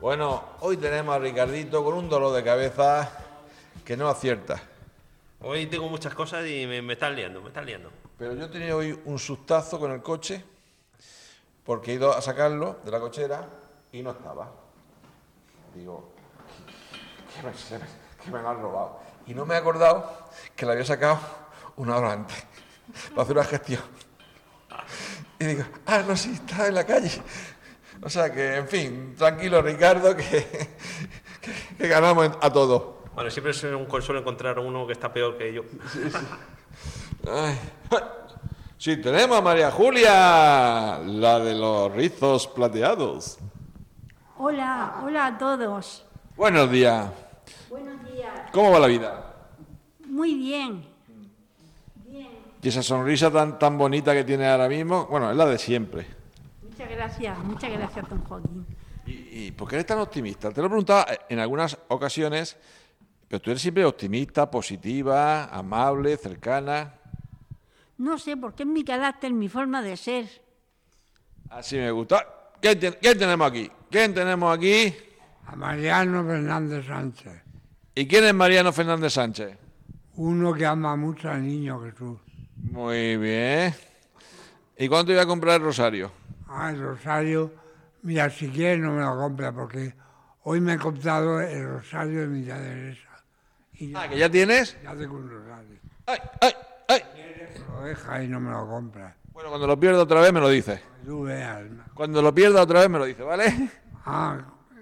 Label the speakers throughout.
Speaker 1: Bueno, hoy tenemos a Ricardito con un dolor de cabeza que no acierta.
Speaker 2: Hoy tengo muchas cosas y me, me están liando, me están liando.
Speaker 1: Pero yo he tenido hoy un sustazo con el coche porque he ido a sacarlo de la cochera y no estaba. Digo, que me, se me- que me lo han robado. Y no me he acordado que la había sacado una hora antes para hacer una gestión. Y digo, ah, no, sí, está en la calle. O sea que, en fin, tranquilo Ricardo, que, que- que ganamos en- a todos.
Speaker 2: Bueno, siempre es un consuelo encontrar uno que está peor que yo.
Speaker 1: Ay. Sí, tenemos a María Julia, la de los rizos plateados.
Speaker 3: Hola, hola a todos.
Speaker 1: Buenos días.
Speaker 3: Buenos días.
Speaker 1: ¿Cómo va la vida?
Speaker 3: Muy bien.
Speaker 1: Y esa sonrisa tan, tan bonita que tiene ahora mismo, bueno, es la de siempre.
Speaker 3: Muchas gracias, muchas gracias, don Joaquín.
Speaker 1: ¿Y, y por qué eres tan optimista? Te lo he preguntado eh, en algunas ocasiones, pero tú eres siempre optimista, positiva, amable, cercana.
Speaker 3: No sé por qué es mi carácter, mi forma de ser.
Speaker 1: Así me gusta. ¿Quién, ten- quién tenemos aquí? ¿Quién tenemos aquí?
Speaker 4: a Mariano Fernández Sánchez,
Speaker 1: ¿Y quién es Mariano Fernández Sánchez?
Speaker 4: uno que ama mucho al niño Jesús,
Speaker 1: Muy bien. ¿Y cuánto iba a comprar el Rosario?
Speaker 4: al Ah, rosario. Mira, si quieres no me lo compra porque hoy me he comprado el rosario de mi tía Teresa. Y ya,
Speaker 1: Ah, que ya tienes.
Speaker 4: ya tengo un rosario.
Speaker 1: ¡Ay, ay, ay!
Speaker 4: Lo deja y no me lo compra.
Speaker 1: Bueno, cuando lo pierda otra vez me lo dices.
Speaker 4: Tú veas. ¿no?
Speaker 1: Cuando lo pierda otra vez me lo dices, ¿vale?
Speaker 4: Ah,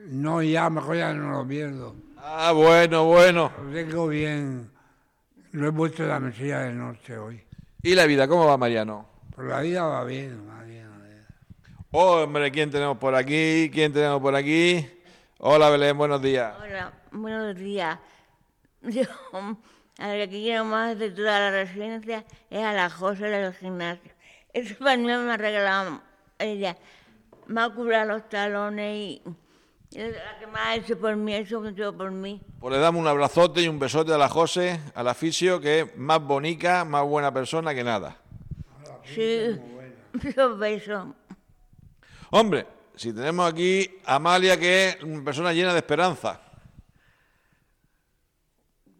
Speaker 4: no, ya, mejor ya no lo pierdo.
Speaker 1: Ah, bueno, bueno.
Speaker 4: Lo tengo bien. Lo he puesto en la mesilla de noche hoy.
Speaker 1: ¿Y la vida? ¿Cómo va, Mariano?
Speaker 4: Pero la vida va bien, va bien, va bien.
Speaker 1: Hombre, ¿quién tenemos por aquí? ¿Quién tenemos por aquí? Hola, Belén, buenos días.
Speaker 5: Hola, buenos días. Yo, a la que quiero más de toda la residencia es a la José del gimnasio. Eso para mí me ha regalado ella. Me ha curado los talones y y es la que más ha hecho por mí, eso mucho por mí.
Speaker 1: Pues le damos un abrazote y un besote a la José, a la Fisio, que es más bonica, más buena persona que nada.
Speaker 5: Sí, los besos.
Speaker 1: Hombre, si tenemos aquí a Amalia, que es una persona llena de esperanza.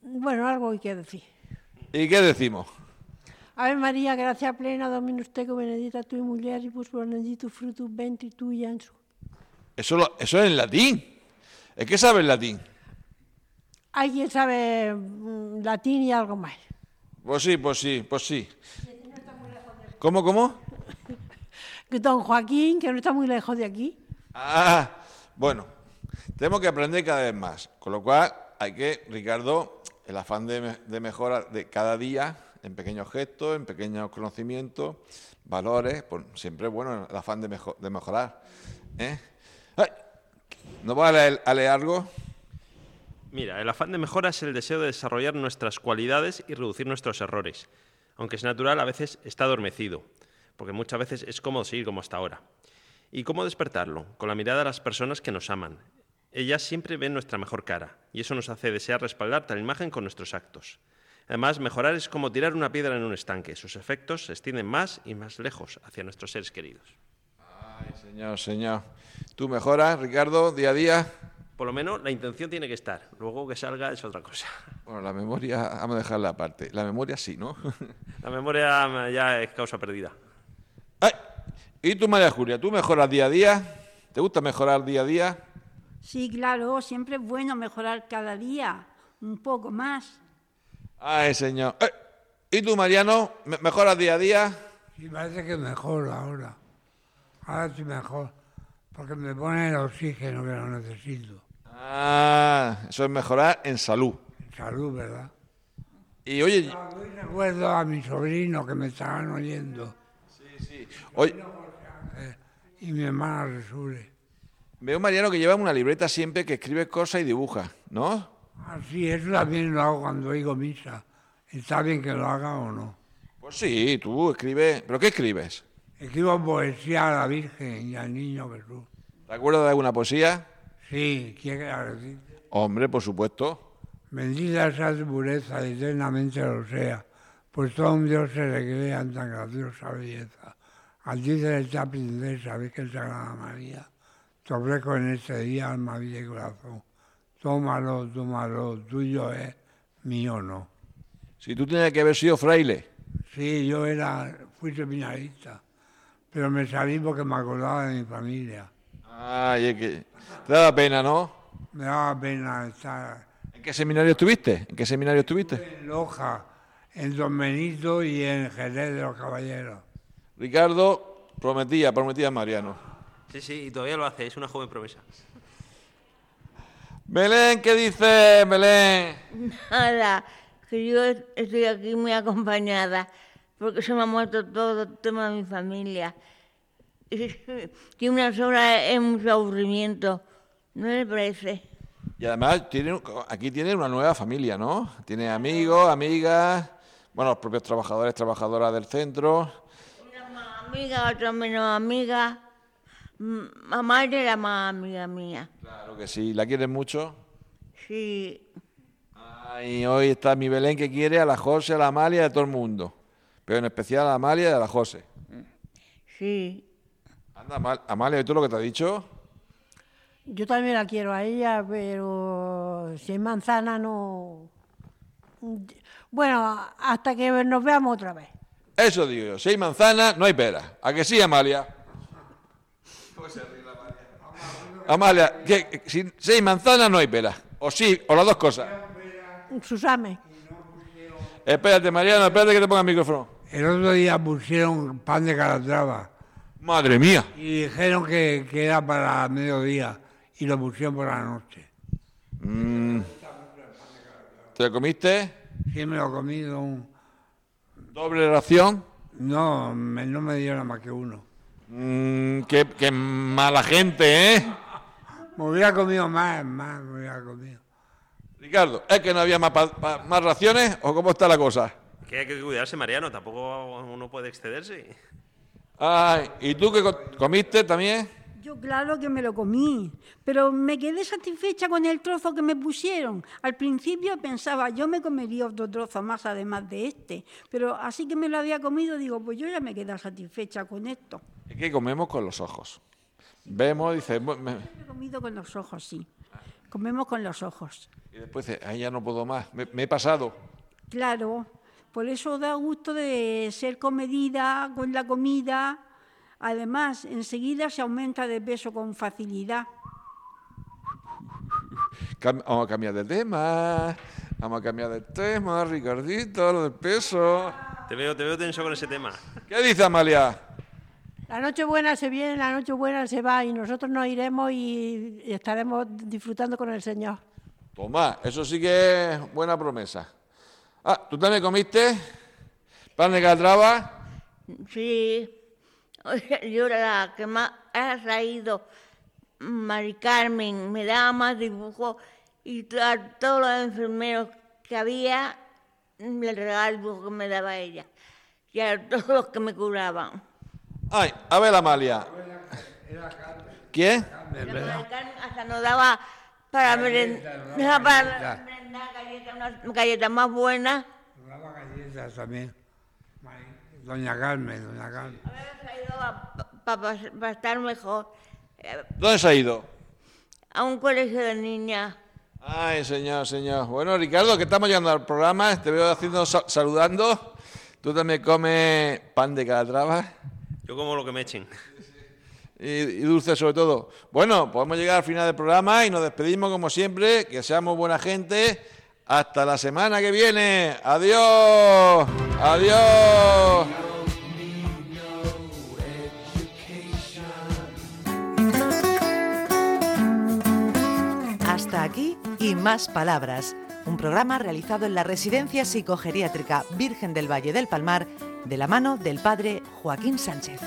Speaker 6: Bueno, algo hay que decir.
Speaker 1: ¿Y qué decimos?
Speaker 6: Ave María, gracia plena, Dominus tecum, benedicta tu mujer, y pues benedictus frutus ventri tui, Jesús.
Speaker 1: Eso, lo- eso es en latín. Es que sabe el latín.
Speaker 6: Hay quien sabe mm, latín y algo más.
Speaker 1: Pues sí, pues sí, pues sí. ¿Cómo, cómo?
Speaker 6: Que Don Joaquín, que no está muy lejos de aquí.
Speaker 1: Ah, bueno, tenemos que aprender cada vez más. Con lo cual, hay que, Ricardo, el afán de, me- de mejora de cada día, en pequeños gestos, en pequeños conocimientos, valores, pues siempre es bueno el afán de, mejo- de mejorar. ¿eh? Ay, ¿No vas a leer, a leer algo?
Speaker 2: Mira, el afán de mejora es el deseo de desarrollar nuestras cualidades y reducir nuestros errores. Aunque es natural, a veces está adormecido, porque muchas veces es cómodo seguir como hasta ahora. ¿Y cómo despertarlo? Con la mirada de las personas que nos aman. Ellas siempre ven nuestra mejor cara, y eso nos hace desear respaldar tal imagen con nuestros actos. Además, mejorar es como tirar una piedra en un estanque. Sus efectos se extienden más y más lejos hacia nuestros seres queridos.
Speaker 1: Ay, señor, señor. ¿Tú mejoras, Ricardo, día a día?
Speaker 2: Por lo menos la intención tiene que estar. Luego que salga es otra cosa.
Speaker 1: Bueno, la memoria, vamos a dejarla aparte. La memoria sí, ¿no?
Speaker 2: La memoria mm, ya es causa perdida.
Speaker 1: Ay, ¿Y tú, María Julia, tú mejoras día a día? ¿Te gusta mejorar día a día?
Speaker 3: Sí, claro, siempre es bueno mejorar cada día un poco más.
Speaker 1: Ay, señor. Ay, ¿Y tú, Mariano, me- mejoras día a día?
Speaker 4: Sí, parece que mejor ahora. Ahora sí mejor. Porque me ponen el oxígeno que lo necesito.
Speaker 1: Ah, eso es mejorar en salud.
Speaker 4: Salud, ¿verdad?
Speaker 1: Y oye,
Speaker 4: Hoy recuerdo a mi sobrino que me estaban oyendo
Speaker 1: oye,
Speaker 4: y mi hermana Resure.
Speaker 1: veo, Mariano, que lleva una libreta siempre que escribe cosas y dibuja, ¿no?
Speaker 4: Así, eso también lo hago cuando oigo misa. ¿Está bien que lo haga o no?
Speaker 1: Pues sí, tú escribes. ¿Pero qué escribes?
Speaker 4: Escribo poesía a la Virgen y al Niño Jesús.
Speaker 1: ¿Te acuerdas de alguna poesía?
Speaker 4: Sí, quiero agradecerte.
Speaker 1: Hombre, por supuesto.
Speaker 4: Bendita sea tu pureza, y eternamente lo sea, pues todo un Dios se recrea en tan graciosa belleza. A ti te esta princesa, Virgen Sagrada María, te ofrezco en este día alma, vida y corazón. Tómalo, tómalo, tuyo es, mío no.
Speaker 1: Si tú tenías que haber sido fraile.
Speaker 4: Sí, yo era, fui seminarista, pero me salí porque me acordaba de mi familia.
Speaker 1: Ay, es que. Te da pena, ¿no?
Speaker 4: Me daba pena estar
Speaker 1: ¿En qué seminario estuviste? ¿En qué seminario estuviste?
Speaker 4: en Loja, en Don Benito y en Jerez de los Caballeros.
Speaker 1: Ricardo prometía, prometía a Mariano.
Speaker 2: Sí, sí, y todavía lo hace, es una joven promesa.
Speaker 1: Belén, ¿qué dices, Belén?
Speaker 5: Nada, que yo estoy aquí muy acompañada, porque se me ha muerto todo el tema de mi familia. Que una sola es mucho aburrimiento, ¿no le parece?
Speaker 1: Y además tiene, aquí tiene una nueva familia, ¿no? Tiene amigos, amigas, bueno, los propios trabajadores, trabajadoras del centro.
Speaker 5: Una más amiga, otra menos amiga. M- Mamá era más amiga mía.
Speaker 1: Claro que sí, la quieren mucho.
Speaker 5: Sí,
Speaker 1: Ay, hoy está mi Belén que quiere a la José, a la Amalia y a todo el mundo. Pero en especial a la Amalia y a la José.
Speaker 5: sí.
Speaker 1: Anda, Amal- Amalia, ¿y tú lo que te ha dicho?
Speaker 6: Yo también la quiero a ella, pero si es manzana no... Bueno, hasta que nos veamos otra vez.
Speaker 1: Eso digo yo, si hay manzana, no hay pera. ¿A que sí, Amalia? Amalia, que, que si, si hay manzana, no hay pera. O sí, o las dos cosas.
Speaker 6: Susame.
Speaker 1: Espérate, Mariano, espérate que te ponga el micrófono.
Speaker 4: El otro día pusieron pan de calatrava
Speaker 1: Madre mía.
Speaker 4: y dijeron que, que era para mediodía y lo pusieron por la noche.
Speaker 1: ¿Te comiste?
Speaker 4: Sí me lo comí, de un-
Speaker 1: Doble ración.
Speaker 4: no, me- no me dieron más que uno.
Speaker 1: Mm, qué, qué mala gente, ¿eh?
Speaker 4: Me hubiera comido más, más me hubiera comido.
Speaker 1: Ricardo, ¿es que no había más, pa- pa- más raciones o cómo está la cosa?
Speaker 2: Que hay que cuidarse, Mariano, tampoco uno puede excederse.
Speaker 1: Ay, ¿y tú que comiste también?
Speaker 3: Yo claro que me lo comí, pero me quedé satisfecha con el trozo que me pusieron. Al principio pensaba, yo me comería otro trozo más además de este, pero así que me lo había comido, digo, pues yo ya me quedé satisfecha con esto.
Speaker 1: Es que comemos con los ojos. Vemos, dice, "Bu- me-
Speaker 3: Me he comido con los ojos, sí. Comemos con los ojos.
Speaker 1: Y después dice, ay, ya no puedo más, me, me he pasado.
Speaker 3: Claro, por eso da gusto de ser comedida con la comida. Además, enseguida se aumenta de peso con facilidad.
Speaker 1: Cam- vamos a cambiar de tema, vamos a cambiar de tema, Ricardito, lo del peso.
Speaker 2: Te veo, te veo tenso con ese tema.
Speaker 1: ¿Qué dice Amalia?
Speaker 6: La noche buena se viene, la noche buena se va y nosotros nos iremos y y estaremos disfrutando con el Señor.
Speaker 1: Toma, eso sí que es buena promesa. Ah, ¿tú también comiste? Pan de calatrava.
Speaker 5: Sí, Oye, yo era la que más ha traído Mari Carmen, me daba más dibujo y to- a todos los enfermeros que había le regalaba el dibujo que me daba ella y a todos los que me curaban.
Speaker 1: Ay, a ver, Amalia. ¿Quién?
Speaker 5: La Mari Carmen hasta nos daba para meren- daba para
Speaker 4: galleta.
Speaker 5: merendar galletas, unas galletas más buenas.
Speaker 4: Me daba galletas también. Doña Carmen, doña Carmen.
Speaker 5: Había traído para estar mejor eh,
Speaker 1: ¿Dónde se ha ido?
Speaker 5: a un colegio de niñas.
Speaker 1: Ay, señor, señor. Bueno, Ricardo, que estamos llegando al programa, te veo haciendo sa- saludando. Tú también comes pan de calatrava.
Speaker 2: Yo como lo que me echen.
Speaker 1: y, y dulce sobre todo. Bueno, podemos llegar al final del programa y nos despedimos como siempre, que seamos buena gente. Hasta la semana que viene. Adiós. Adiós.
Speaker 7: Hasta aquí y más palabras, un programa realizado en la Residencia Psicogeriátrica Virgen del Valle del Palmar de la mano del padre Joaquín Sánchez.